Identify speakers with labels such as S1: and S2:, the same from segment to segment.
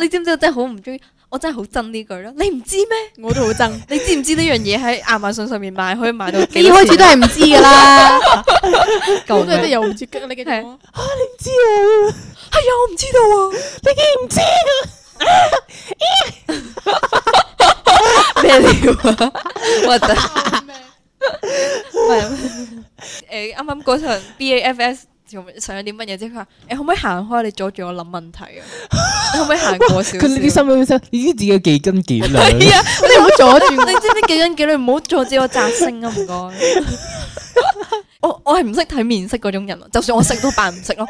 S1: 你知唔知我真係好唔中意？我真係好憎呢句咯。你唔知咩？
S2: 我都好憎。
S1: 你知唔知呢樣嘢喺亞馬遜上面賣可以賣到幾啊
S3: 你一開始都係唔知㗎啦，
S2: 我
S1: 舊
S2: 都
S1: 嘅？
S2: 係
S1: 係
S2: 得
S1: 啊，
S2: 又唔接激你嘅
S1: 係
S2: 電話，
S4: 知啊，
S1: 哎我唔知道啊。
S4: 你竟然唔知
S1: 咩料 啊？核突！
S2: 咩
S1: 唔係誒，啱啱嗰場 BAFS 仲上咗啲乜嘢啫？佢話誒，可唔可以行開？你阻住我諗問題啊！你可唔可以行過少
S4: 佢呢啲
S1: 少？
S4: 心裏心，你知自己幾斤幾兩？
S1: 係啊，
S3: 你唔好阻住
S1: 你知唔知幾斤幾兩？唔好阻止我摘星啊！唔該。 我我係唔識睇面色嗰種人啊，就算我識都扮唔識 咯。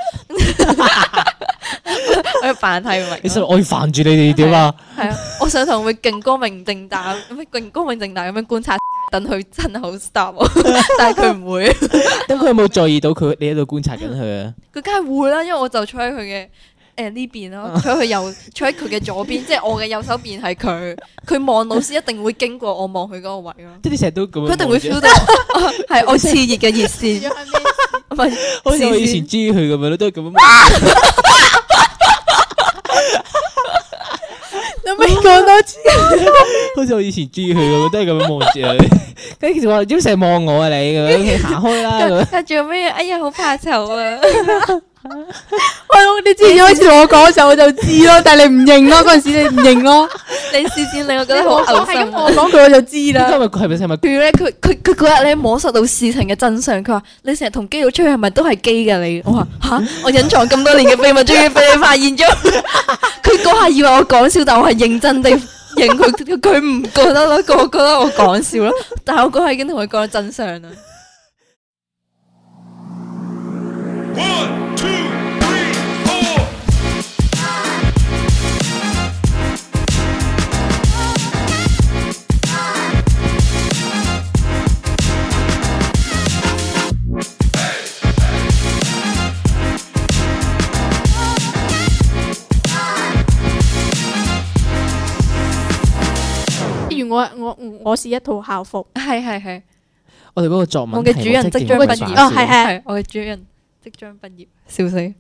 S1: 我要扮睇唔明咯。
S4: 你實我要煩住你哋點啊？
S1: 係啊，我上堂會勁光明正大，咩勁光明正大咁樣觀察， 等佢真係好 stop 我， 但係佢唔會，
S4: 咁佢有冇在意到佢？你喺度觀察緊佢啊？
S1: 佢梗係會啦，因為我就坐喺佢嘅誒呢邊啦，坐喺佢右，坐喺佢嘅左邊，即係我嘅右手邊係佢，佢望老師一定會經過我望佢嗰個位咯，
S4: 即係你成日都咁樣望
S1: 佢一
S4: 住，
S1: 定會 feel 到 係我熾熱嘅熱 線，唔係
S4: 好似我以前
S1: 視線
S4: 追佢咁樣咯，都係咁樣望。
S3: 你咪講多次，
S4: 好似我以前追佢咁樣，都係咁樣望住佢。跟住其實我點成日望我啊你咁樣，你行開啦咁樣。
S1: 佢做咩？哎呀，好怕醜啊！
S3: 我你之前一開始同我講嘅時候我就知咯，但係你唔認咯，嗰陣時你唔認咯，
S1: 你視線令我覺
S2: 你
S1: 得
S2: 我
S1: 好
S2: 我
S1: 嘔
S2: 係咁
S1: 心啊
S2: 我
S3: 我講佢我就知
S4: 咁係
S3: 啦。
S4: 咪係咪係咪
S1: 佢咧，佢佢佢嗰日咧摸索到事情嘅真相，佢話：你成日同基佬出去係咪都係基㗎你？我話吓，我隱藏咁多年嘅秘密，終於俾你發現咗。 佢嗰下以為我講笑，但我係認真地認佢，佢唔覺得咯，佢覺得我講笑咯。但係我嗰下已經同佢講咗真相啦。
S5: One, two, three, four.
S2: 不如我我我是一套校服，
S1: 係係係，
S4: 我哋嗰個作文
S1: 我嘅
S4: 題目
S1: 主人
S4: 真係
S1: 即
S4: 勁
S1: 將
S4: 鬼
S1: 畢
S4: 搞
S1: 業
S4: 笑
S2: 哦係係
S1: 係我嘅主人即將畢業，笑死！誒、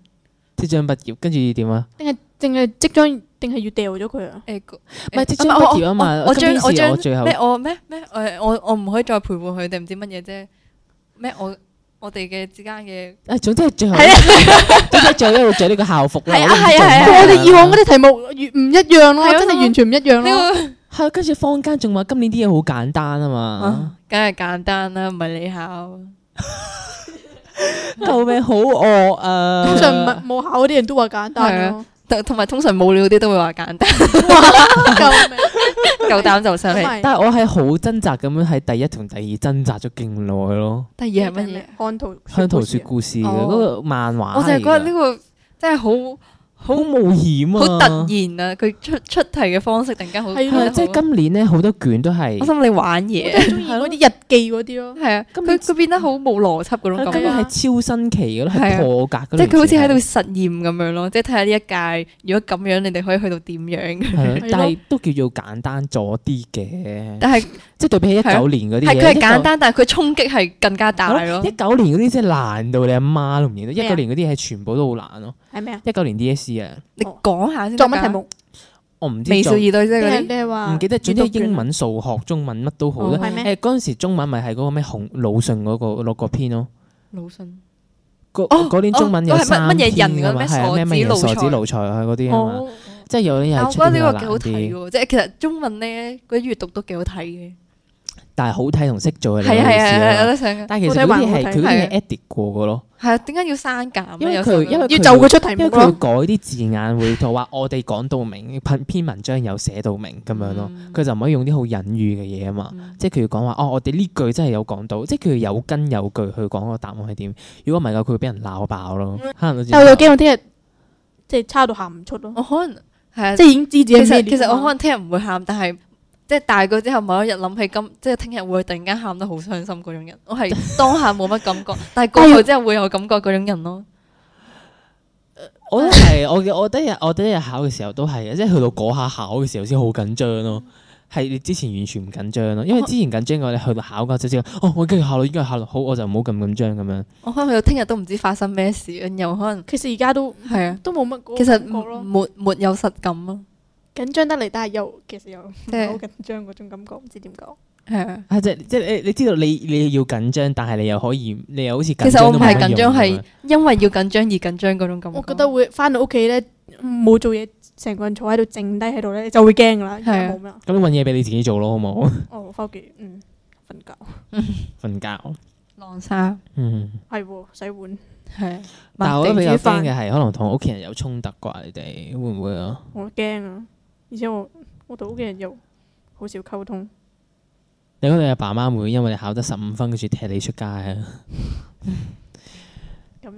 S4: 即將畢業，跟住點啊？
S2: 定係定係即將定係要掉咗佢啊？
S1: 個
S4: 唔係即將
S1: 唔係
S4: 畢業啊嘛！
S1: 我
S4: 今
S1: 將
S4: 年
S1: 我
S4: 是
S1: 將
S4: 最後
S1: 咩我咩咩誒我我唔可以再陪伴佢哋唔知乜嘢啫咩我我哋嘅之間嘅
S4: 誒，啊總之係最後，
S1: 係啊
S4: 總之係最後一路着呢個校服啦。
S1: 係啊
S4: 我都唔知
S1: 係啊係啊
S4: 做乜
S2: 我
S4: 啦
S2: 哋以往嗰啲題目越唔一樣咯，
S1: 係啊
S2: 真係完全唔一樣
S1: 呢
S2: 咯。
S1: 個
S4: 係啊跟住坊間仲話今年啲嘢好簡單啊嘛，
S1: 啊梗係簡單啦，唔係你考
S4: 救命好惡啊！
S2: 通常唔係冇考嗰啲人都話簡單咯，
S1: 同同埋通常冇料啲都會話 簡單，
S2: 救命！
S1: 夠膽就上
S2: 因
S1: 嚟。
S2: 為
S4: 但係我係好掙扎咁樣喺第一同第二掙扎咗勁耐咯。
S1: 第二係乜 嘢？？
S2: 看圖
S4: 鄉圖說故事嘅
S1: 哦
S4: 嗰個漫畫嚟㗎，
S1: 我就係覺得呢個真係好
S4: 好
S1: 好
S4: 冒險啊！
S1: 好突然啊！佢出出題嘅方式突然間好
S2: 係
S4: 係啊，
S1: 即
S4: 即係今年咧好多卷都係
S1: 我，心你玩
S2: 我
S1: 嘢
S2: 真係中意嗰啲日記嗰啲咯。
S1: 係啊，
S4: 今
S1: 佢
S4: 年
S1: 佢變得好冇邏輯嗰種
S4: 係
S1: 感
S4: 今
S1: 覺
S4: 年。係超新奇嘅咯，
S1: 啊係
S4: 係
S1: 啊
S4: 破格嘅咯。
S1: 即係佢好似喺度
S4: 完
S1: 實驗咁樣咯，即係睇下呢一屆如果咁樣，你哋可以去到點樣？
S4: 全係係啊
S2: 係咯
S4: 但係都叫做簡單咗啲嘅，
S1: 但係啊
S4: 即係對比起一
S1: 係啊
S4: 九年嗰啲
S1: 係
S4: 嘢，
S1: 佢係
S4: 19
S1: 簡單，但係佢衝擊係更加大
S4: 係
S1: 咯
S4: 哦一。九年嗰啲真係難到你阿媽都唔認
S2: 咩
S4: 得，一
S2: 啊
S4: 九年嗰啲係全部都好難咯。
S2: 係咩啊？
S4: 一九年 DSE 啊，
S1: 你講下先。
S2: 作文題？目
S4: 我唔知
S1: 微笑
S4: 做
S1: 二對即
S2: 定
S1: 係
S2: 係
S1: 嗰
S2: 你係話
S4: 唔記得，總之
S2: 閱讀卷
S4: 英文、數學、中文乜都好
S1: 哦
S4: 啦。
S2: 係咩？
S4: 誒嗰陣時中文咪係嗰個咩紅魯迅嗰個嗰個篇咯。
S1: 啲魯迅。
S4: 嗰
S1: 哦
S4: 嗰年中文有
S1: 哦嗰係乜
S4: 三篇
S1: 乜嘢人嗰
S4: 㗎嘛，
S1: 咩
S4: 係啊
S1: 傻
S4: 咩
S1: 子
S4: 乜嘢
S1: 奴
S4: 傻子
S1: 才
S4: 奴才啊嗰啲啊嘛，
S2: 哦，
S4: 即係有啲
S1: 但我覺
S4: 人出邊
S1: 得呢
S4: 有
S1: 個
S4: 難
S1: 幾好睇
S4: 啲，
S1: 喎，即係其實中文咧嗰啲閱讀都幾好睇嘅。
S4: 但係好睇同識做係
S1: 係
S4: 兩
S1: 啊
S4: 回
S1: 係啊係啊，有
S4: 事啊嘛。
S1: 得想嘅。
S4: 但係其
S2: 好睇
S4: 實
S2: 還
S4: 嗰啲
S2: 好
S4: 係
S2: 睇
S4: 佢嗰啲係
S1: 係
S4: edit 過嘅咯，
S1: 係啊，點解要刪減啊？
S4: 因為
S1: 有
S4: 佢
S1: 時
S4: 因為
S2: 要
S4: 佢
S2: 就佢出題
S4: 因為
S2: 目
S4: 佢會
S2: 咯。
S4: 改啲字眼會就話我哋講到明，篇篇文章有寫到明咁樣咯。
S1: 嗯
S4: 佢就唔可以用啲好隱喻嘅嘢啊嘛。
S1: 嗯
S4: 即係佢要講話哦，我哋呢句真係有講到，即係佢要有根有據去講個答案係點。如果唔係嘅，佢會俾人鬧爆咯。可能好似
S2: 但我又驚我聽日即係差到喊唔出咯，
S1: 我可能係啊，
S2: 即係已經知
S1: 其
S2: 自己咩
S1: 實
S2: 料
S1: 其實我可
S2: 啊
S1: 能聽日唔會喊，但係即係大個之後某一日諗起今，即係聽日會突然間喊得好傷心嗰種人。我係 當下冇乜感覺，但係過後之後會有感覺嗰種人咯。
S4: 我都係我嘅，我第一日我第一日考嘅時候都係嘅，即係去到嗰下考嘅時候先好緊張咯。係你之前完全唔緊張咯，因為之前緊張嘅我哋去到考嗰陣先，哦，我跟住考到應該考到好，我就唔好咁緊張咁樣。
S1: 我可能去到聽日都唔知發生咩事，又可能
S2: 其實而家都
S1: 係啊。
S4: 嗯
S2: 都冇乜嗰個
S1: 其實
S2: 感覺咯
S1: 沒沒有實感咯，
S2: 緊張得嚟，但係又其實又唔
S1: 即係
S2: 係好緊張嗰種感覺，唔知點講。
S1: 係啊，
S4: 啊，即即你你知道你你要緊張，但係你又可以，你又好似
S1: 其實我唔係緊
S4: 緊
S1: 張，
S4: 張，
S1: 係因為要緊張而緊張嗰種感覺。
S2: 我覺得會翻到屋企咧，冇做嘢，成個人坐喺度靜低喺度咧，就會驚㗎啦。而
S1: 係
S2: 家
S1: 啊
S2: 冇啦，
S4: 咁你揾嘢俾你自己做咯，好冇？
S2: 哦，翻屋企嗯瞓覺，
S4: 瞓覺，
S1: 晾衫
S4: 嗯。
S2: 係喎洗碗，
S1: 係啊，
S4: 但係我覺
S1: 抹
S4: 得比
S1: 地
S4: 較
S1: 煮飯
S4: 驚嘅係可能同屋企人有衝突啩，你哋會唔會啊？
S2: 我驚啊！而且我我同屋企人又好少溝通，
S4: 你覺得你阿爸媽會唔會因為你考得十五分，跟住踢你出街啊？
S2: 咁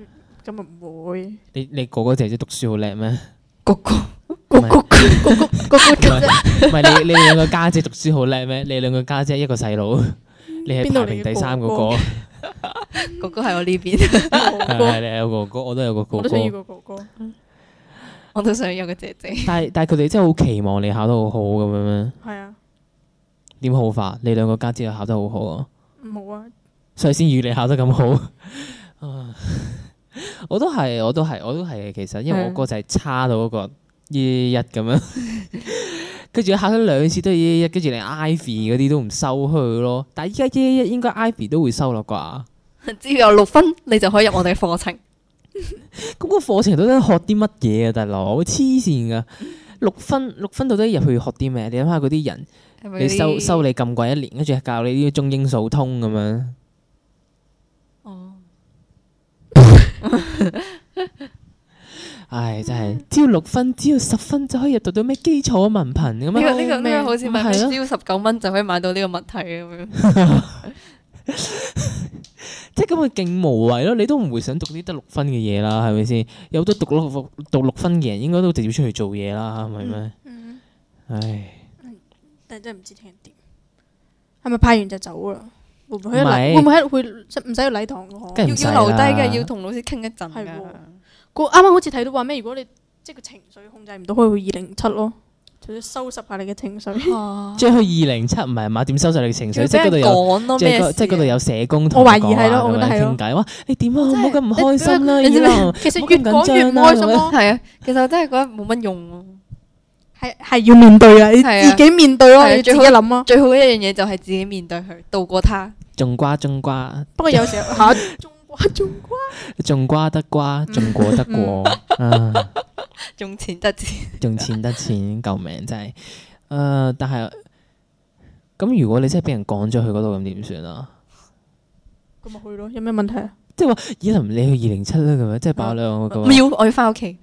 S2: 咁啊唔 會。
S4: 你你哥哥姐姐讀書好叻咩？
S1: 焗焗
S4: 唔 係
S2: 個個
S4: 唔係唔係你你兩個家姐讀書好叻咩？你兩個家姐一個細佬，你係
S2: 邊度
S4: 排
S2: 嚟
S4: 名
S2: 嘅
S4: 第三嗰
S2: 哥
S4: 個，
S1: 哥哥喺我呢 邊，
S4: 係係你有個哥哥，我都有個哥
S2: 我都
S4: 哥
S2: 想。要個哥哥。
S1: 我都想有個姐姐。
S4: 但係但係佢哋真係好期望你考得好好咁樣咩？
S2: 係啊，
S4: 點好法？你兩個家姐又考得好好啊，
S2: 冇啊，
S4: 所以先預你考得咁好。 啊我都係，我都係，我都係。其實因為我
S1: 係
S4: 哥就係差到嗰個 E 一一咁樣， 跟住考咗兩次都係 E 一一，跟住連 Ivy 嗰啲都唔收佢咯。但係依家 E 一一應該 Ivy 都會收啦啩。
S1: 只要有六分，你就可以入我哋嘅課程。
S4: 咁個課程到底學啲乜嘢啊，大佬？黐線噶！六分六分到底入去學啲咩？你諗下嗰啲人，
S1: 係咪
S4: 你收
S1: 嗰啲
S4: 收你咁貴一年，跟住教你呢啲中英數通咁樣。
S1: 哦，
S4: 唉，真係只要六分，只要十分就可以入讀到咩基礎文憑咁
S1: 呢
S4: 樣。
S1: 個呢個呢個好似買
S4: 咪係咯
S1: 只要十九蚊就可以買到呢個物體咁樣。
S4: 即係咁啊，勁無謂咯！你都唔會想讀啲得六分嘅嘢啦，係咪先？有好多讀六讀六分嘅人，應該都直接出去做嘢啦，係咪咩？
S2: 嗯，
S4: 唉，
S2: 但真係唔知聽點。係咪派完就走啦？會唔會喺
S4: 唔係
S2: 禮？會唔會喺會唔使去禮堂嘅嗬？
S4: 梗係
S1: 要
S4: 唔使
S1: 要留低嘅，要
S4: 啦。
S1: 同老師傾一陣
S2: 係
S1: 㗎
S2: 喎。個啱啱好似睇到話咩？如果你即係個情緒控制唔到，可以去二零七咯，就要收拾下你嘅情緒。
S1: 哦
S4: 即係去二零七唔係嘛？點收拾你情緒？
S1: 要
S4: 即係嗰度
S1: 俾人
S4: 有。
S1: 講咯
S4: 即係
S1: 咩
S4: 嗰
S1: 事？啊
S4: 即係嗰度有社工同
S2: 啊我
S4: 懷
S2: 懷疑係咯我覺得係咯
S4: 傾偈，哇！你點啊？唔好咁唔開心啦，
S2: 你知唔知
S4: 以後
S2: 其實
S4: 唔好
S2: 越
S4: 咁緊
S2: 講越唔
S4: 張啦
S2: 開心咯，
S1: 係啊，其實我真係覺得冇乜用咯。
S2: 係係要面對啊，
S1: 係啊
S2: 你自己面對
S1: 係
S2: 咯，
S1: 啊
S2: 你要自
S1: 最
S2: 己
S1: 好
S2: 諗咯。
S1: 最好一樣嘢就係自己面對佢，渡過他。
S4: 種瓜種瓜，
S2: 不過有時 候嚇中瓜中瓜，
S4: 種瓜得瓜，
S2: 嗯
S4: 種果得果，啊！
S1: 用錢得錢，
S4: 種錢得錢，救命真係。誒，但係咁，如果你真係俾人趕咗去嗰度，咁點算啊？
S2: 咁咪去咯，有咩問題啊？
S4: 以琳，你去二零七啦，咁樣即係爆啊兩個咁
S1: 唔
S4: 樣。
S1: 要我要翻屋企。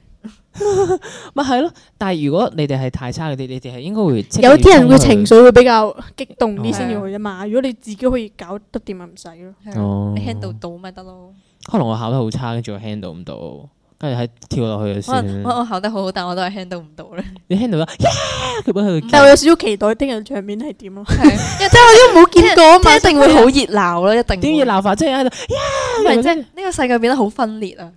S4: 咪係咯？但係如果你哋係太差嗰啲，你哋係應該會即刻
S2: 有啲人
S4: 要
S2: 會
S4: 衝
S2: 情
S4: 去
S2: 緒會比較激動
S4: 哦
S2: 啲先要去啫嘛。如果你自己可以搞得掂咪唔使咯。
S1: 係啊
S4: 哦
S1: 你 handle 到咪得咯？
S4: 可能我考得好差，跟住我 handle 唔到，跟住喺跳落去就
S1: 可能
S4: 算
S1: 我。我考得好好，但我都係 handle 唔到 咧。
S4: 你 handle 啦，呀咁樣去
S2: 但係我有少少期待聽日場面係點咯。
S1: 係啊因為
S2: 我都冇見過啊嘛，
S1: 一定會好熱鬧咯，一定會。
S4: 點要鬧法？即係喺度，
S1: 唔係即係呢個世界變得好分裂啊！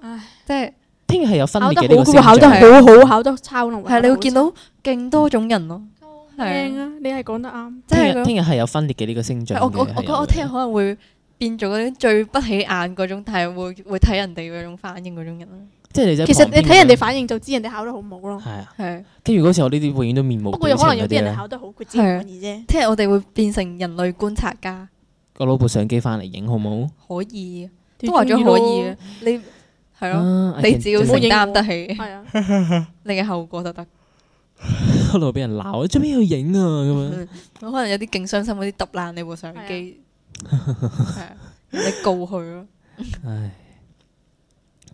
S2: 唉，
S1: 即係
S4: 聽日係有分
S2: 考
S4: 裂
S2: 得好
S4: 嘅
S2: 嗰
S4: 呢個
S2: 個考
S4: 星象
S2: 得好好，考得差可能
S1: 係你會見到勁多種人咯，
S2: 靚啊！你係講得啱，
S1: 即係
S4: 聽日
S1: 個
S4: 聽日係有分裂嘅呢個星象
S1: 係
S4: 嘅。
S1: 我我我
S4: 係
S1: 覺
S4: 有
S1: 得我
S4: 嘅
S1: 聽日可能會變做嗰啲最不起眼嗰種，但係會會睇人哋嗰種反應嗰種人咯。
S4: 即係你
S2: 其實你睇人哋反應就知人哋考得好唔好咯。
S4: 係啊，
S1: 係
S4: 跟住嗰時我呢啲永遠都面無
S2: 不過
S4: 表
S2: 有
S4: 情
S2: 可能有
S4: 嗰
S2: 啲
S4: 啲
S2: 人
S4: 咧，
S2: 考得好，佢自己唔滿意啫。
S1: 聽日我哋會變成人類觀察家，
S4: 我攞部相機翻嚟影好冇？
S1: 可以都話咗可以啊，你係咯。
S4: 啊
S1: 你只要承
S4: I can do
S1: 擔得起
S2: 係啊，
S1: 你嘅後果就得。
S4: it 嗰度俾人鬧，你做咩要影啊？ 咁樣
S1: 嗯可能有啲勁傷心嗰啲揼爛你部相機，係啊，你告佢咯。
S4: 唉，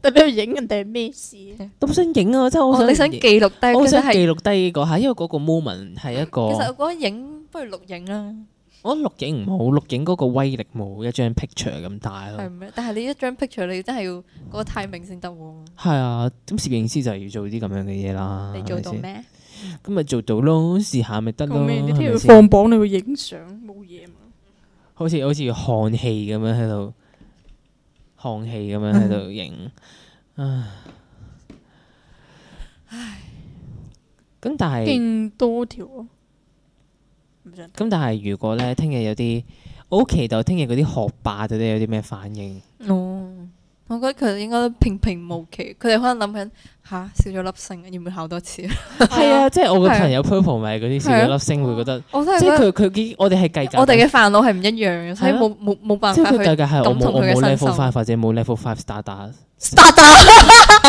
S2: 特別影人哋係咩事？
S4: 都好想影啊！真係
S1: 哦
S4: 好
S1: 你想
S4: 想影，
S1: 記錄低，
S4: 我
S1: 其
S4: 好
S1: 實
S4: 想
S1: 係
S4: 記錄低嗰下，因為嗰個 moment 係一
S1: 其實
S4: 個
S1: 我覺得影不如錄影啦，
S4: 我覺得錄影唔好，錄影嗰個威力冇一張 picture 咁大
S1: 係
S4: 咯。
S1: 咩？但係你一張 picture 你真係要嗰個 timing 先得喎。
S4: 係啊，咁攝影師就係要做啲咁樣嘅嘢啦。
S1: 你做到
S4: 係咪先？
S1: 咩？
S4: 咁咪做到咯，試下咪得
S2: 救
S4: 咯。
S2: 命！你聽
S4: 係
S2: 日
S4: 咪先
S2: 放榜，你會影相冇嘢嘛？
S4: 好似好似汗氣咁樣喺度，汗氣咁樣喺度影，唉，咁但係
S2: 勁多條啊！唔想
S4: 咁但係，如果咧聽日有啲，我好期待聽日嗰啲學霸到底有啲咩反應。
S1: 哦，我覺得佢哋應該都平平無奇，佢哋可能諗緊吓少咗粒星，要唔要考多次？
S2: à.
S4: 係啊，即係我個
S1: 係啊
S4: 朋友 purple 咪嗰啲少咗粒星會覺得，
S1: 我真係
S4: 即
S1: 覺
S4: 係
S1: 得
S4: 佢佢啲我哋係計較緊，
S1: 我哋嘅煩惱係唔一樣嘅，所以
S4: 係啊
S1: 冇冇冇辦
S4: 即係
S1: 法
S4: 佢計
S1: 去
S4: 較係我
S1: 感
S4: 冇
S1: 同
S4: 我
S1: 佢嘅
S4: 冇
S1: 身
S4: level
S1: 受。
S4: five 或者冇 level five star 打，
S1: start 啊！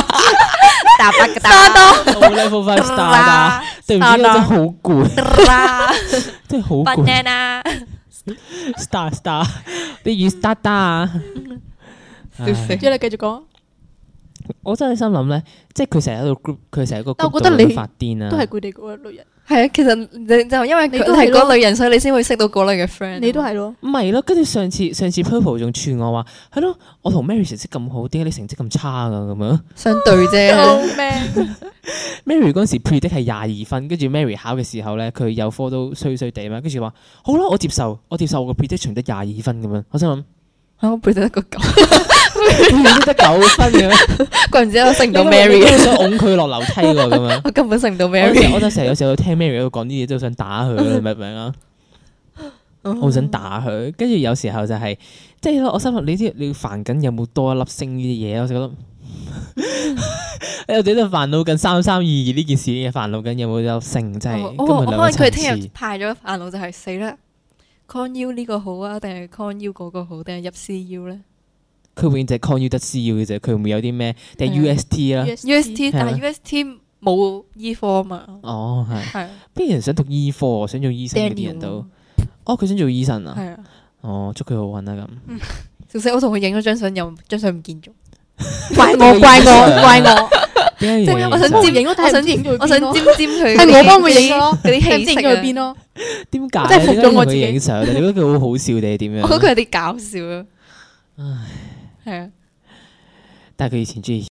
S1: 打八個打
S4: 我冇 level five star 打，對唔住，真係好攰，
S1: 啦
S4: 真係好攰
S1: ，banana
S4: star star 啲魚 star star 啊！
S1: 笑死
S4: 唉
S2: 之後你繼續講，
S4: 我真係心諗咧，即係佢成日喺度 group，佢成日喺個 group
S2: 但我覺得
S4: 度
S2: 你
S4: 發癲啊！
S2: 都係佢哋嗰一類人，
S1: 係啊，其實你就因為
S2: 你
S1: 佢
S2: 都係
S1: 係
S2: 咯
S1: 嗰類人，所以你先會識到嗰類嘅 friend。啊
S2: 你都係咯。
S4: 唔係咯，跟住上次上次 Purple 仲串我話，係咯，我同 Mary 成績咁好，點解你成績咁差噶咁樣
S1: 相對 啫，
S2: 救命！
S4: ？Mary 嗰陣時 predict 係廿二分，跟住 Mary 考嘅時候咧，佢有科都衰衰地嘛，跟住話好啦，我接受，我接受我個 prediction 得廿二分咁樣，我心諗
S1: 啊我背得一個九，
S4: predict 得九分 咁樣，
S1: 怪唔之我識唔到
S4: 我
S1: Mary，
S4: 想擁佢落樓梯喎咁 樣。
S1: 我根本識唔到
S4: 我
S1: Mary。
S4: 就 我就成日有時候聽 Mary 喺度講啲嘢，都想打佢，你明唔明啊？我好想打佢，跟住有時候就係、即係咯，我心諗你知你要煩緊有冇多一粒星呢啲嘢，啊我就覺哎得 你又喺度煩惱緊三三二二呢件事嘅煩惱緊有冇一粒星，真係
S1: 我
S4: 根
S1: 我我
S4: 本
S1: 可
S4: 兩
S1: 能佢
S4: 個層
S1: 聽日
S4: 次。
S1: 派咗飯路就係死啦，con U 呢個好啊，定係 con U 嗰個好，定係入 CU 咧
S4: 佢永遠就係 con u 得 c u 嘅啫，佢唔會有啲咩定
S1: 係啊
S4: 係 UST 啦。
S1: ？UST
S4: 係啊
S1: 但係 UST 冇醫科啊嘛，
S4: 哦，係
S1: 係啊
S4: 邊人想讀醫科，啊想做醫生嗰啲人都，哦，佢想做醫生啊，
S1: 係啊，
S4: 哦，祝佢好運啦咁。
S1: 小息我同佢影咗張相，又張相唔見咗，
S3: 怪我怪我怪我，
S1: 即
S4: 點解
S1: 係
S4: 要
S1: 我想
S4: 影相
S1: 接
S2: 影咯但係
S1: 我想
S2: 唔知影咗去邊咯
S1: 我想尖尖佢，
S3: 係我幫佢影嘅咯
S1: 嗰啲
S2: 你
S1: 氣
S2: 唔知
S1: 息
S2: 影咗去
S1: 啊，
S2: 邊咯？
S4: 點解？
S3: 我真係服咗我自己
S4: 你覺得佢影相，你覺得佢好好笑定係 點
S1: 我 覺得
S4: 樣？
S1: 佢有啲搞笑啊，係啊，
S4: 但係佢以前中意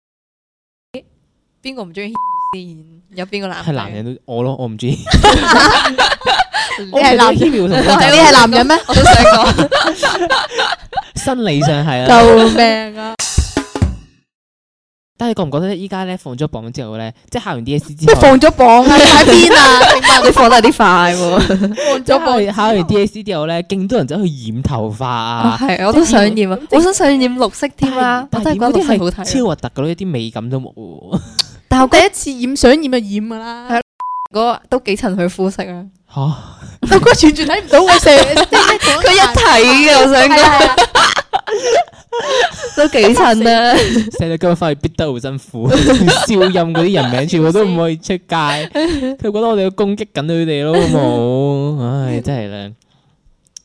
S1: 邊個唔中意 先？有邊個男仔
S4: 係
S1: 啊？
S4: 男人都我咯，我唔中意。
S3: 你係 男
S4: 人，我唔中意 Hebe 同
S3: 你係男人咩？
S1: 我都想 講，
S4: 生理上係啊。
S3: 救命啊！
S4: 但係你覺唔覺得依家咧放咗榜之後咧，即係考完 DSE 之
S3: 都
S4: 後，
S3: 放咗榜啊！你喺邊啊？請問
S1: 你放得有啲快喎，
S2: 放
S4: 即係
S2: 咗
S4: 考
S2: 個
S4: 完考完 DSE 之後咧，勁多人走去染頭髮 啊。
S1: 係我都想染啊，我想想染綠色添啦，
S3: 啊
S1: 我
S4: 但
S1: 真
S4: 係
S1: 係
S4: 染
S1: 覺
S4: 嗰
S1: 得綠
S4: 啲
S1: 色好
S4: 係
S1: 睇
S4: 超
S1: 啊。
S4: 核突噶咯，一啲美感都冇 喎。
S1: 但係我覺
S2: 第一次染想染就染噶啦。
S1: 得嗰個都幾襯佢膚色啊，
S4: 嚇！
S3: 我嗰日完全睇唔到我成，
S1: 佢一睇嘅，我想講
S3: 係
S1: 都幾襯啊。
S4: 成日今日翻去逼得好辛苦， 笑音嗰啲人名全部都唔可以 出街，佢覺得我哋攻擊緊佢哋咯，好冇？唉，真係咧，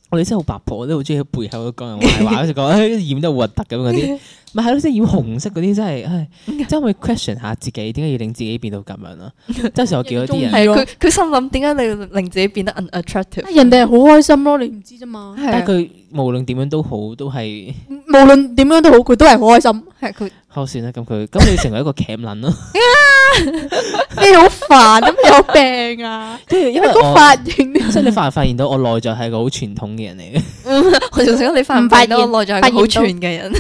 S4: 我哋真係好八婆，我都好中意喺背後講人壞話，就講 唉染得好核突咁嗰啲，咪係咯，即係染紅色嗰啲真係， 唉，即係可唔可以 question 下自己，點解要令自己變到咁樣啦？即 係有啊時我見到啲 人，
S1: 係佢佢心諗點解你要令自己變得 unattractive？
S3: 人哋係好開心咯，你唔知啫嘛。
S1: 係
S4: 但係
S1: 啊
S4: 佢無論點樣都好，都係
S3: 無論點樣都好，佢都係好開心。
S1: 係佢
S4: 好算啦。咁佢咁你成為一個 cam 撚咯，
S3: 你好煩咁有病
S2: à.
S3: 啊！
S4: 因為因為
S3: 個
S4: 我
S3: 髮型
S4: 即係你發唔發現到我內在係個好傳統嘅人嚟嘅。
S1: 我仲想你發唔發現到我內在係個好串嘅人？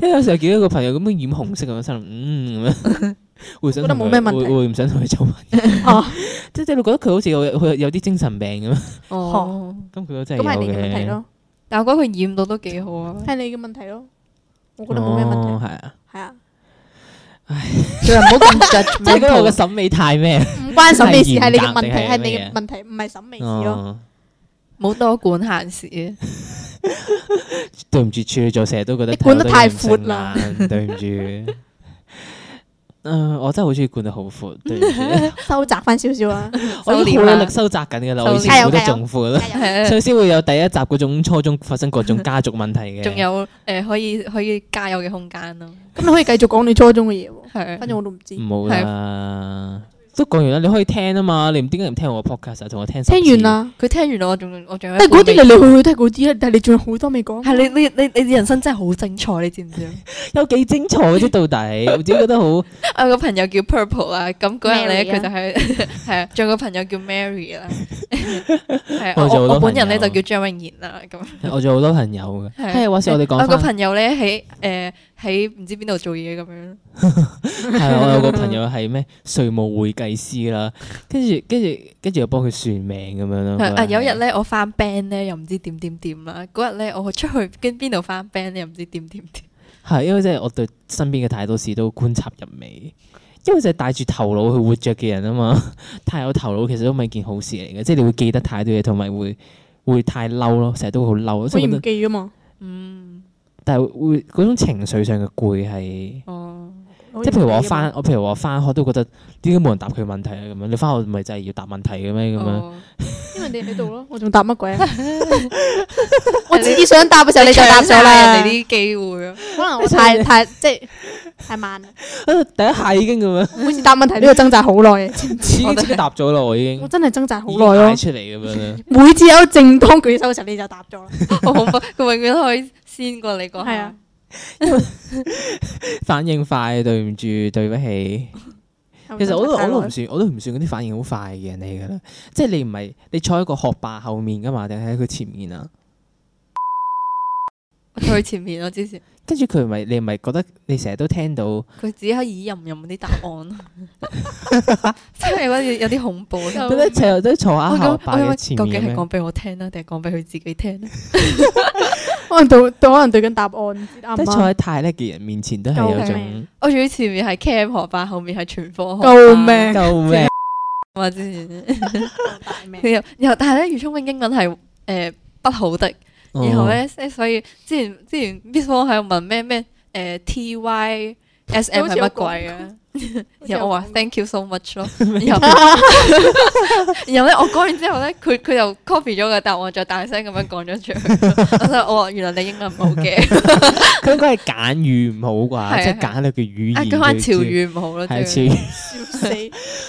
S4: 因為有時候見到一個朋友咁樣染紅色咁樣，心諗嗯咁樣，會想
S3: 覺得
S4: 同
S3: 冇
S4: 佢
S3: 咩問題
S4: 會會唔想同佢做朋友， 即係你會覺得佢好似有有有啲精神病咁樣，
S1: 哦，
S4: 咁佢都真
S2: 咁係
S4: 係
S2: 你
S4: 有
S2: 嘅問題
S4: 嘅。
S2: 咯，
S1: 但我覺得佢染到都幾好啊。
S2: 係你嘅問題咯。
S4: Ờ.
S2: 我覺得冇咩問
S4: 哦
S2: 題，
S4: 係啊，
S2: 係啊，
S1: 做人唔好 咁
S4: 即係覺得我嘅
S1: judge，
S4: 審美太咩？
S2: 唔關審美事，係你嘅問題，
S4: 係
S2: 係你
S4: 嚴
S2: 嘅
S4: 格
S2: 問題，唔係審美事咯。
S4: 哦，
S1: 冇多管閒事啊。
S4: 對唔住處女座，成日都覺得
S3: 你管得太闊啦
S4: 睇到都唔順眼，對唔住。嗯，我真係好中意管得好闊，對唔住，
S2: 收窄翻少少啊，
S4: 我已經
S1: 收斂
S4: 好
S1: 啦
S4: 努力收窄緊㗎啦，我以
S1: 收斂
S4: 前管得仲闊啦，
S2: 加油！
S1: 係啊，
S4: 所以先會有第一集嗰種初中發生各種家族問題 嘅。
S1: 仲有誒可以可以加油嘅空間咯。
S3: 咁你可以繼續講你初中嘅嘢喎，
S1: 係啊
S2: 反正我都唔知。
S4: 唔好啦，都講完啦，你可以聽啊嘛，你唔點解唔聽我個 podcast 啊？同我聽十次
S3: 聽完，
S2: 啊
S3: 啦。
S1: 佢聽完我仲我仲有一
S2: 哎
S3: 但係嗰啲
S1: 半
S3: 嚟嚟去去都係嗰啲啦，但係你仲有好多未講。
S1: 係你你你你人生真係好精彩，你知唔知 啊？
S4: 有幾精彩啫？到底我自己覺得好，
S1: 我有啊個朋友叫 Purple 啊，咁嗰日咧
S2: Mary 啊
S1: 佢就係 係啊，仲有個朋友叫 Mary 啦，係啊
S4: 我
S1: 我
S4: 哋好多
S1: 我本人咧
S4: 朋
S1: 就
S4: 友
S1: 叫張穎賢啦，咁
S4: 我仲有好多朋友嘅。
S1: 係
S4: 係話事我哋
S1: 我
S4: 講
S1: 個
S4: 翻，
S1: 朋友咧喺誒喺唔知邊度做嘢咁樣。
S4: 係我有個朋友係咩税務會計師啦，跟住跟住跟住又幫佢算命咁樣
S1: 係
S4: 啦。
S1: 啊，有一日咧，我翻 band 咧，又唔知點點點啦。嗰日咧，我出去跟邊度翻 band 咧，又唔知點點點。
S4: 係因為即係我對身邊嘅太多事都觀察入微，因為就係帶住頭腦去活着嘅人啊嘛， 太有頭腦其實都唔係件好事嚟嘅，即係你會記得太多嘢，同埋會會太嬲咯，成日都會好嬲，
S2: 可
S4: 所以
S2: 以唔
S4: 覺得
S2: 記噶嘛，
S1: 嗯，
S4: 但係會嗰種情緒上嘅攰係。
S1: 哦，
S4: 即係譬如話我翻，我譬如話我翻學都覺得點解冇人答佢問題啊咁樣？你翻學咪就係要答問題嘅咩咁樣？
S1: 哦
S2: 因為你喺度咯，我仲答乜鬼啊？
S3: 我自己想答嘅時候你就答咗啦。
S1: 搶晒人哋啲機會 啊！
S2: 可能我太太即係太慢啦，
S4: 啊第一下已經咁 樣，
S3: 每次答問題都要掙扎好耐，
S4: 已經答咗啦，我已 經
S2: 我真係掙扎好
S4: 已經
S1: 啊
S2: 耐咯
S4: 嗌。出嚟咁樣啦。
S3: 每次有正當舉手嘅時候你就答咗啦。
S1: 好恐怖，佢永遠都可以先過你講。
S2: 係啊，
S4: 反應快，對唔住，對不起。 其實我都我都唔算，我都唔算嗰啲反應好快嘅人嚟㗎啦。即係你唔係你坐喺個學霸後面㗎嘛，定係喺佢前面啊？
S1: 我坐佢前面咯，之前
S4: 跟住佢咪你咪覺得你成日都聽到
S1: 佢只可以吟吟啲答案， 真係嗰啲有啲恐怖。
S4: 點解成日都坐
S1: 我
S4: 喺
S1: 講
S4: 學
S1: 我
S4: 霸嘅
S1: 講
S4: 前
S1: 究竟
S4: 面
S1: 係
S4: 咩
S1: 講？俾我聽啦，定係講俾佢自己聽啊咧？
S2: 可能對對，可能對緊 答案唔知啱
S4: 即
S2: 唔
S4: 係坐
S2: 啱。
S4: 喺太叻嘅人面前都係有
S1: 救
S4: 種
S2: 命
S1: 我仲要前面係 cam 學霸，後面係全科學霸
S3: 救 命！
S4: 救命。
S1: 啊！之前
S2: 大命
S1: 佢又又但係咧，余聰永英文係誒不好的。
S4: 哦
S1: 然後咧，即係所以之前之前 Miss Wong 喺度問咩咩誒 T Y S M 係乜鬼啊？然後
S4: 啊
S1: 我話 Thank you so much 咯。然後然後咧，我講完之後咧，佢佢就 copy 咗個答案，再大聲咁樣講咗出去。我就我話原來你英文唔好嘅，
S4: 佢應該係簡語唔
S1: 係
S4: 好
S1: 啊
S4: 啩，即係簡略嘅
S1: 啊
S4: 語言。
S1: 佢話潮，語啊唔好咯，
S4: 係
S1: 仲
S4: 潮
S1: 要
S4: 語。
S2: 笑死！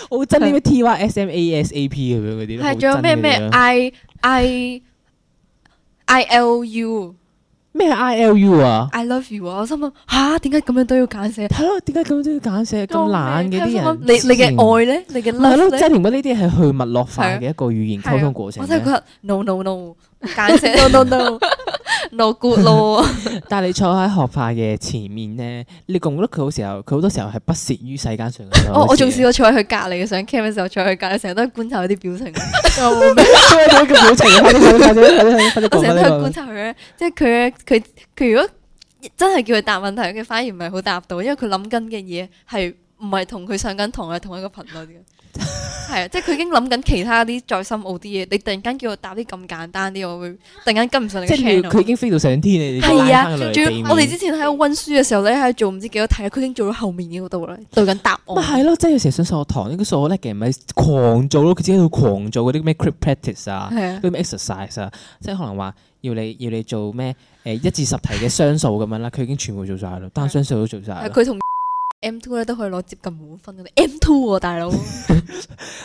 S4: 好憎呢咩 T Y S M A S A P 咁樣嗰啲啊咯。
S1: 係仲有咩咩 I I I L U
S4: 咩 I L U 啊？
S1: I love you 啊！我心諗吓，點解咁樣都要揀寫？
S4: 係咯，點解咁都要揀寫咁懶嘅啲人？
S1: 你你嘅愛咧，你嘅
S4: 係
S1: love
S4: 咯，
S1: 咧
S4: 即。係連乜呢啲係去脈絡化
S1: 係啊
S4: 嘅一個語言溝通過程
S1: 我
S4: 啊
S1: 真係覺
S4: 咧。
S1: 得 no no no，簡 寫 no no no no good 咯。
S4: 但係你坐喺學派嘅前面咧，你覺唔覺得佢好時候，佢好多時候係不屑於世間上嘅所有
S1: 哦我我仲
S4: 事
S1: 試過坐喺佢隔離嘅上 cam 嘅時候，坐喺佢隔離成日都係觀察佢啲表 情，
S2: 救命！
S4: 嘅表情，快啲快啲快啲快啲快
S1: 我
S4: 啲講
S1: 成日
S4: 翻
S1: 都係觀
S4: 呢
S1: 察佢咧。即係佢咧，佢佢如果真係叫佢答問題，佢反而唔係好答到，因為佢諗緊嘅嘢係唔係同佢上緊堂係同一個頻 率嘅。係啊，即係佢已經諗緊其他啲再深奧啲嘢，你突然間叫我答啲咁簡單啲，我會突然間跟唔上你
S4: 個，
S1: 嘅
S4: 即係
S1: channel
S4: 你。佢已經飛到上天，你
S1: 係啊，
S4: 仲
S1: 仲要我哋之前喺度温書嘅時候咧，喺度做唔知幾多題，佢已經做到後面嗰度啦，對緊答
S4: 咪
S1: 案。
S4: 係咯，即係有時候上數學堂呢個數學叻嘅人咪狂做咯，佢自己喺度狂做嗰啲咩 crib practice 啊，
S1: 係啊
S4: 嗰，啲咩 exercise 啊，即係可能話要你要你做咩誒一至十題嘅雙數咁樣啦，佢已經全部做晒啦，單雙數都做晒啦
S1: 係。佢同 M two 咧都可以攞接近滿分嘅，M two 喎大佬，係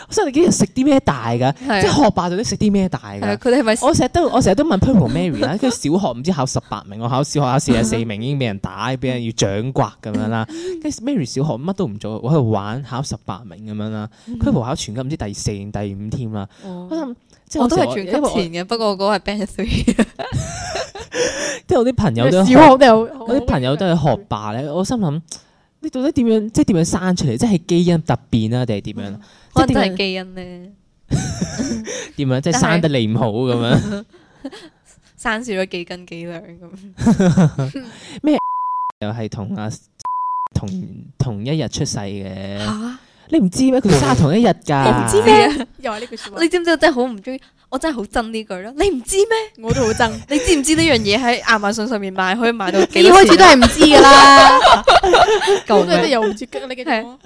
S4: 所以你幾日食啲咩大㗎？即係學霸到底食啲咩大
S1: 係啊
S4: 㗎？
S1: 佢哋係咪
S4: 我成日都我成日都問 Purple Mary 啦，佢小學唔知考十八名，我考小學考四十四
S1: 嗯
S4: 名已經俾人打，俾人要掌摑咁樣啦。跟住 Mary 小學乜都唔做，我喺度玩考十八名咁樣啦。
S1: 嗯
S4: Purple 考全級唔知第四定第五添啦。我
S1: 哦
S4: 諗即係
S1: 我都係
S4: 有時
S1: 全級
S4: 因為我
S1: 前嘅，不過我嗰個係 band three，
S4: 即係我啲朋友
S2: 小
S4: 都係學
S2: 學都有，
S4: 我啲朋友都係學霸咧，我心諗你到底點樣即係點樣生出嚟？即係基因突變啊，定係點樣？即
S1: 嗯可
S4: 係
S1: 能
S4: 點
S1: 真係
S4: 樣
S1: 基因咧，
S4: 點樣？即
S1: 但
S4: 係
S1: 係
S4: 生得你唔好咁樣
S1: 生少咗幾斤幾兩咁。
S4: 又係同阿同同一日出世嘅，
S1: 嚇！
S4: 你唔知咩？佢哋生日同一日㗎，
S1: 我唔知咩？
S2: 又係呢句説話
S1: 你，知唔知我真係好唔中意？我真係好憎呢句咯。你唔知咩？
S2: 我都好憎。
S1: 你知唔知呢樣嘢喺亞馬遜上面賣可以賣到幾
S3: 你一開
S1: 多
S3: 始
S1: 錢
S3: 都係唔知噶啦，
S2: 我
S1: 救
S2: 覺得
S1: 命？
S2: 又唔知你繼續講啊
S4: 唔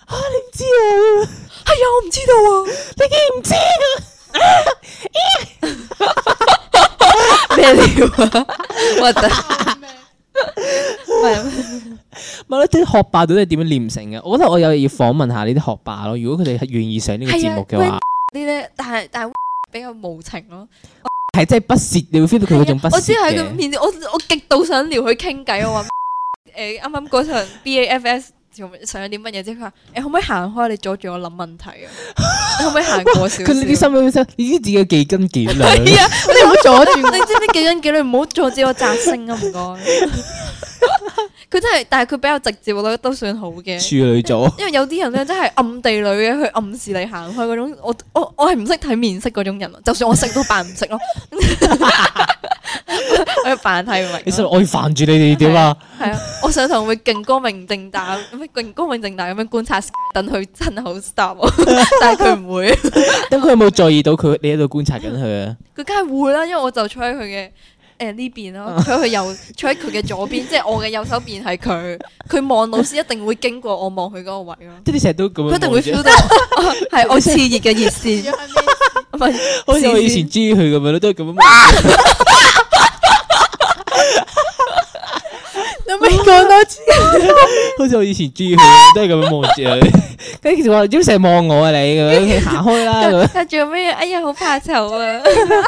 S4: 知啊！
S1: 係啊，我唔知道啊。
S4: 你竟然唔知
S1: 咩 料啊？核突！ 唔係
S4: 咪咯，啲學霸到底係點樣練成嘅？我覺得我有嘢要訪問下呢啲學霸咯。如果佢哋係願意上呢個節目嘅
S1: 係
S4: 話
S1: 啊，呢咧，但係但係比較無情咯。
S4: 係真係不屑，你會 feel 到佢嗰種不
S1: 我只
S4: 屑
S1: 係喺佢
S4: 嘅。
S1: 面前，我我極度想撩佢傾偈。我話 誒啱啱嗰場 BAFS 仲上咗啲乜嘢啫？佢話誒可唔可以行開？你阻住我諗問題啊！ 你可唔可以行過少少？
S4: 佢呢啲心裏心，你知自己幾斤幾兩？
S1: 係啊！
S3: 你唔好阻住
S1: 你知唔知幾斤幾兩？唔好阻止我摘星啊！唔該。 佢真係，但係佢比較直接，我覺得都算好嘅。
S4: 處女座，
S1: 因為有啲人咧真係暗地裏嘅，佢暗示你行開嗰種，我我我係唔識睇面色嗰種人啊，就算我識都扮唔識咯， 我要扮睇唔明咯。
S4: 你實我要煩住你哋點啊？
S1: 系啊，我上堂會勁光明正大，咩勁光明正大咁樣觀察，等佢真好 stop 我， 但係佢唔會，
S4: 咁佢有冇在意到佢你喺度觀察緊佢啊？
S1: 佢梗係會啦，因為我就坐喺佢嘅诶呢邊咯，
S4: 啊
S1: 坐喺佢右，坐喺佢嘅左邊，即係我嘅右手邊係佢，佢望老師一定會經過我望佢嗰個位咯，
S4: 即係你成日都咁樣
S1: 佢一定會
S4: 望住
S1: feel 到我 係我炽熱嘅熱線，唔係
S4: 好似我以前中意佢咁樣咯，都係咁樣望住。
S3: 你咪講多次，
S4: 好似我以前中意佢咁，都係咁樣望 住佢。跟住佢話：點成日望我啊你咁樣，行開 啦咁樣。
S1: 跟住咩？哎呀，好怕醜 啊！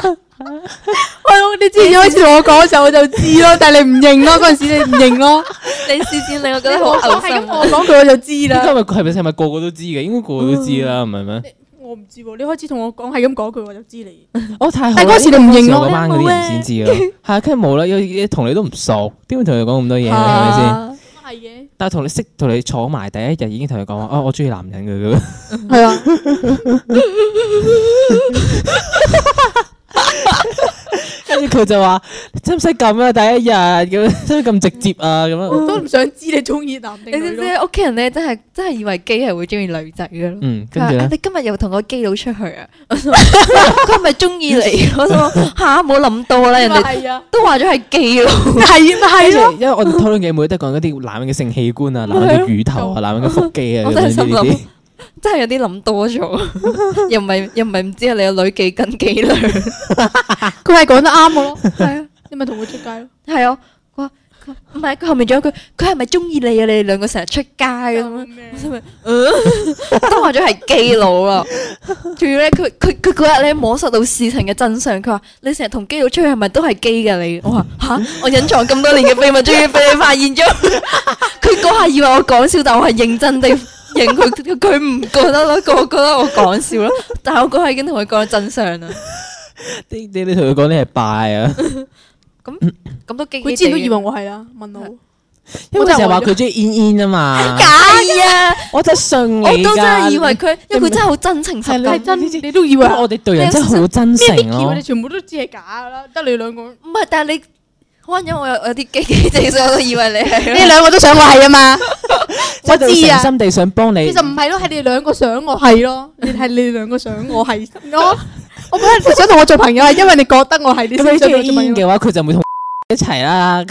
S3: 我你之前開始同我講嘅時候我就知咯，但係你唔認咯，嗰陣時你唔認咯，
S1: 你視線令我覺得好
S3: 我係咁
S1: 嘔心啊
S3: 同。我講佢我就知
S4: 應
S3: 啦。嗯
S4: 該咪係咪係咪個個都知嘅？應該個個都知啦，唔係咩？
S2: 我唔知喎，你開始同我講係咁講句，我就知你。
S4: 我哦太好啦
S3: 但哎嗰時你唔認
S4: 應該
S3: 我
S4: 嗰班嗰啲人先知咯。係啊，跟住冇啦，因為同你都唔熟，點會同你講咁多嘢咧？係咪先？
S3: 啊
S2: 咁係嘅，
S4: 但係同你識同你坐埋第一日已經同佢講話，哦，我中意男人嘅 咁樣。
S3: 係啊，
S4: 跟住佢就話：使唔使咁啊？第一日咁樣，使唔使咁直接啊？咁樣。
S2: 都唔想知你中意男
S1: 你
S2: 定
S1: 知
S2: 女
S1: 唔知
S2: 咯。
S1: 屋企人咧真係真係以為基係會中意女仔嘅咯？
S4: 嗯，
S1: 佢
S4: 跟
S1: 話
S4: 住
S1: 啊
S4: 咧，
S1: 你今日又同個基佬出去 啊？我心諗佢係咪中意你？我心諗吓，冇諗到啦，人哋
S2: 係啊，
S1: 都話咗係基佬。
S3: 係咪啊係咯？
S4: 因為我哋討論嘅每都係講嗰啲男人嘅性器 官啊、男人嘅乳頭啊、男人嘅腹肌啊
S1: 我
S4: 咁
S1: 真係
S4: 樣
S1: 心
S4: 呢啲
S1: 諗。，真係有啲諗多咗，又唔係又唔係唔知你個女幾斤幾兩，
S3: 佢係講得啱嘅咯。
S1: 係啊
S2: 你咪同佢出街咯。
S1: 係啊，佢話佢話唔係佢後面仲有一句，佢係咪中意你啊？你哋兩個成日出街咁樣。
S2: 咩？
S1: 都話咗係基佬啦。仲要咧，佢佢佢嗰日咧摸索到事情嘅真相，佢話：你成日同基佬出去係咪都係基㗎你？我話吓，我隱藏咁多年嘅秘密，終於俾你發現咗。 佢嗰下以為我講笑，但我係認真地認佢，佢唔覺得咯，佢覺得我講笑咯。但係我嗰下已經同佢講咗真相啦。
S4: 你你你同佢講你係拜啊，
S1: 咁都基基
S2: 佢
S1: 地
S2: 之前都以為
S1: 嘅
S2: 我係啦，問我。
S4: 因為佢成日話佢中意 in in 啊嘛，
S1: 假嘅，
S4: 我真係信你
S1: 我都真係
S4: 㗎
S1: 以為佢，因為佢真係好真情實
S4: 係
S1: 感
S4: 你。
S3: 真，你都以為
S4: 因為我哋對人真係好真
S2: 咩
S4: 誠
S2: Vicky？我
S4: 咯
S2: 哋。全部都知係假噶啦，得你兩個。
S1: 唔係，但係你可能因為我有有啲基基地，所以我都以為你係啦
S3: 你。兩個都想我係啊 嘛？我知
S4: 即係佢誠
S3: 啊，
S2: à?
S4: 心地想幫你
S3: 其。實唔係咯，係你哋兩個想我係咯，你係你哋兩個想我係我。我本來想同我做朋友係因為你覺得我係，你
S4: 咁
S3: 先想同
S4: 你中
S3: 我
S4: 意
S3: 做朋
S4: in
S3: 友。
S4: 嘅話，佢就唔會同 一齊啦。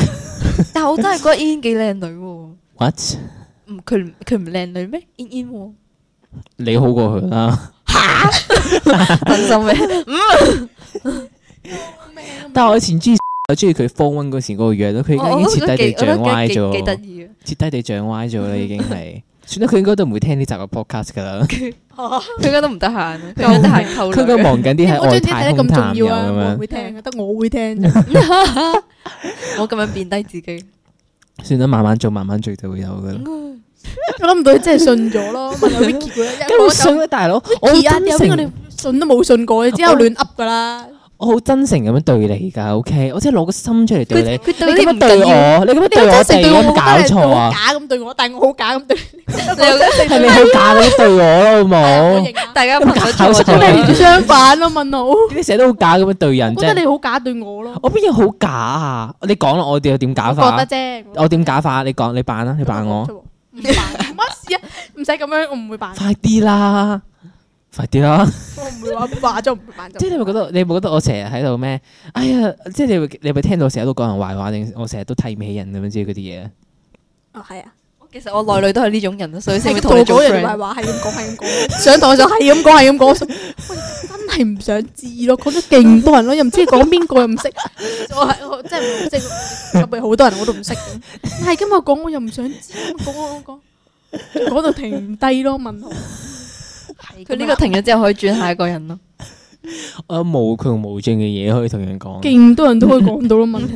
S1: 但我真係覺得燕幾靚女喎，唔
S4: What？
S1: 佢唔佢唔靚女咩？燕燕喎，
S4: 你好過佢啦，
S1: 真心咩？
S4: 但係我以前中意我中意佢 phone one 嗰時嗰個樣咯，佢
S1: 我
S4: 已
S1: 我
S4: 經
S1: 都覺
S4: 徹
S1: 得
S4: 底
S1: 幾
S4: 地長歪
S1: 我都覺得
S4: 咗
S1: 幾，幾得意啊！
S4: 徹底地長歪咗啦，已經係。 算啦，佢應該都唔會聽呢集嘅 podcast 㗎啦。
S1: 佢而家都唔得閒啊，佢而家得閒溝
S4: 佢應該
S1: 女。
S4: 忙緊啲
S3: 你唔
S4: 係
S3: 好將
S4: 外
S3: 啲睇
S4: 太
S3: 得
S4: 空
S3: 咁
S4: 探
S3: 重
S4: 友
S2: à,
S3: 要啊！
S4: 咁
S3: 我
S4: 樣
S3: 唔。會聽，得我會聽啫。
S1: 我咁樣貶低自己，
S4: 算啦，慢慢做，慢慢做就會有噶啦。
S3: 我諗唔到你真係信咗咯，問下 Vicky 嗰一
S4: 咁
S3: 我
S4: 我
S3: 就
S4: 信啦，大佬，我好
S3: Vicky 啊
S4: 真
S3: 有邊個
S4: 誠
S3: 你，信都冇信過，你之後亂噏噶啦。
S4: 我好真誠咁樣對你㗎，OK？我真係攞個心出嚟對你。
S1: 佢對
S4: 你咁
S1: 你唔
S4: 樣對
S1: 緊要，
S4: 我，你咁樣對我哋，有冇搞錯啊？
S3: 假咁對我，但係我好假咁對
S1: 你有
S4: 係你好假咁樣對我咯，
S2: 啊
S4: 好冇？
S1: 大家朋友
S4: 搞
S1: 錯
S4: 錯
S1: 咗
S4: 啦。
S3: 你，相反咯。問我，
S4: 你成日都好假咁樣對 人
S3: 我覺得
S4: 啫。
S3: 你好假對我咯。
S4: 我邊有好假啊？你講啦，我哋又點假
S3: 我覺
S4: 法
S3: 得？啫，
S4: 我點假法？啊你講，你扮啦，你扮我，
S2: 唔扮乜事啊？唔使咁樣，我唔會扮，
S4: 快啲啦，快啲啦！
S2: 我唔會話化咗唔會扮
S4: 即
S2: 就。
S4: 係你會覺得，你會覺得我成日喺度咩？哎呀，即係你會，你會聽到我成日都講人壞話，定我成日都睇唔起人咁樣之類嗰啲嘢咧？
S3: 哦
S2: 啊，係啊，
S1: 其實我內裏都係呢種人，啊所以先
S2: 係
S1: 會
S2: 咁
S1: 同你
S2: 度
S1: 做
S2: 嗰人
S1: friend
S2: 壞。話，係咁講，係咁講。
S3: 上台就係咁講，係咁講，我想喂，真係唔想知咯，講咗勁多人咯，又唔知講邊個，又唔識， 我係我真係唔識，入面好多人我都唔識嘅，係今日講我又唔想知，講講講講，講到停唔低咯，問號。係
S1: 佢呢個停咗之後，可以轉下一個人咯。
S4: 我有無窮無盡嘅嘢可以同人講。
S3: 勁多人都可以講到咯，問號。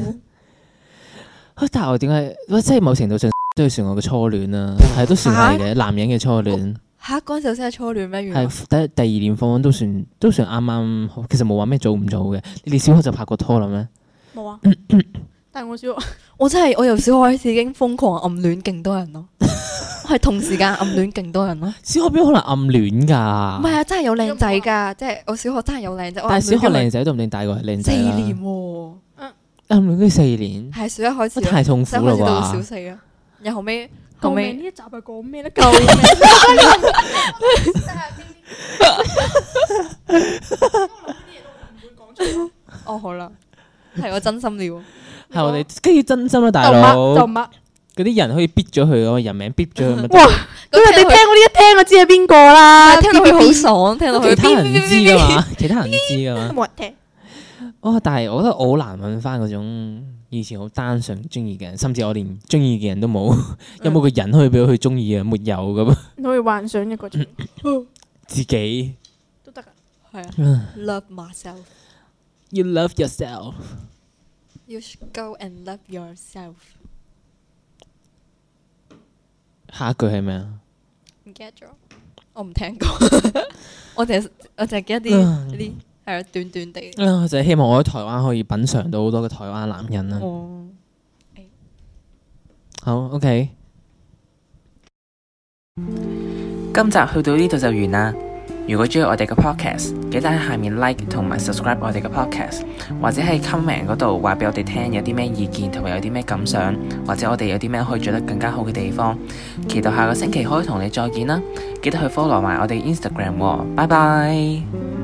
S4: 啊但係我點解？喂即係某程度上 都要算我嘅初戀啦，
S1: 嗯
S4: 係都算係嘅，男人嘅初戀
S1: 嚇，嗰陣時候先係啊初戀咩？哦原來
S4: 係第第二年放工都算 都算啱啱好，其實冇話咩早唔早嘅。你哋小學就拍過拖啦咩？
S2: 冇啊，但係我小學
S1: 我真係我由小學開始已經瘋狂暗戀勁多人咯，我係同時間暗戀勁多人咯。
S4: 小學邊可能暗戀㗎？
S1: 唔係啊，真係有靚仔㗎，即係我小學真係有靚仔。我暗
S4: 但係小學
S1: 戀咗佢
S4: 靚仔都唔定大個係靚
S1: 四
S4: 仔啊啦
S1: 年喎，
S4: 暗戀佢四年，
S1: 係啊小一開始
S4: 都
S1: 咯，
S4: 太痛苦
S1: 小一
S4: 啦
S1: 開始到小
S4: 啩！
S1: 四啊，然後後尾後
S2: 救
S1: 尾
S2: 命呢一集係講咩咧？救 命！
S1: 哦，好啦，係我真心了。
S4: 係我
S1: 哦
S4: 哋跟住真心啦，大
S3: 就抹
S4: 佬，
S3: 就
S4: 嗰
S3: 抹。
S4: 啲人可以逼咗佢嗰個人名，逼 咗佢 咪得
S3: 哇！咁
S1: 咁啊
S3: 人哋聽嗰啲一聽就知係邊個啦，
S4: 啊
S1: 聽到佢好爽，聽到佢
S4: 其他人唔知㗎嘛，其他人唔知㗎 嘛。
S2: 冇人聽。
S4: 哇！哦但係我覺得我好難揾翻嗰種以前好單純中意嘅人，甚至我連中意嘅人都冇。有冇個人可以俾佢中意啊？沒有咁，
S2: 你可以幻想一個出嚟
S4: 嗯自己
S2: 都得噶。
S1: 係啊
S4: 唉
S1: ，love myself。
S4: you love yourself。
S1: You should go and love yourself。
S4: 下一句係咩啊？
S1: 唔記得咗，我唔聽 過。我淨係我淨係記得啲
S4: 唉
S1: 啲係啊短短地。
S4: 啊就係希望我喺台灣可以品嚐到好多嘅台灣男人啦。
S1: 哦，
S4: 哎好，OK。
S6: 今集去到呢度就完啦。如果中意我哋嘅 podcast，記得喺下面 like 同埋 subscribe 我哋嘅 podcast，或者喺 comment 嗰度話俾我哋聽有啲咩意見同埋有啲咩感想，或者我哋有啲咩可以做得更加好嘅地方。期待下個星期可以同你再見啦！記得去 follow 埋我哋 Instagram 喎，拜拜。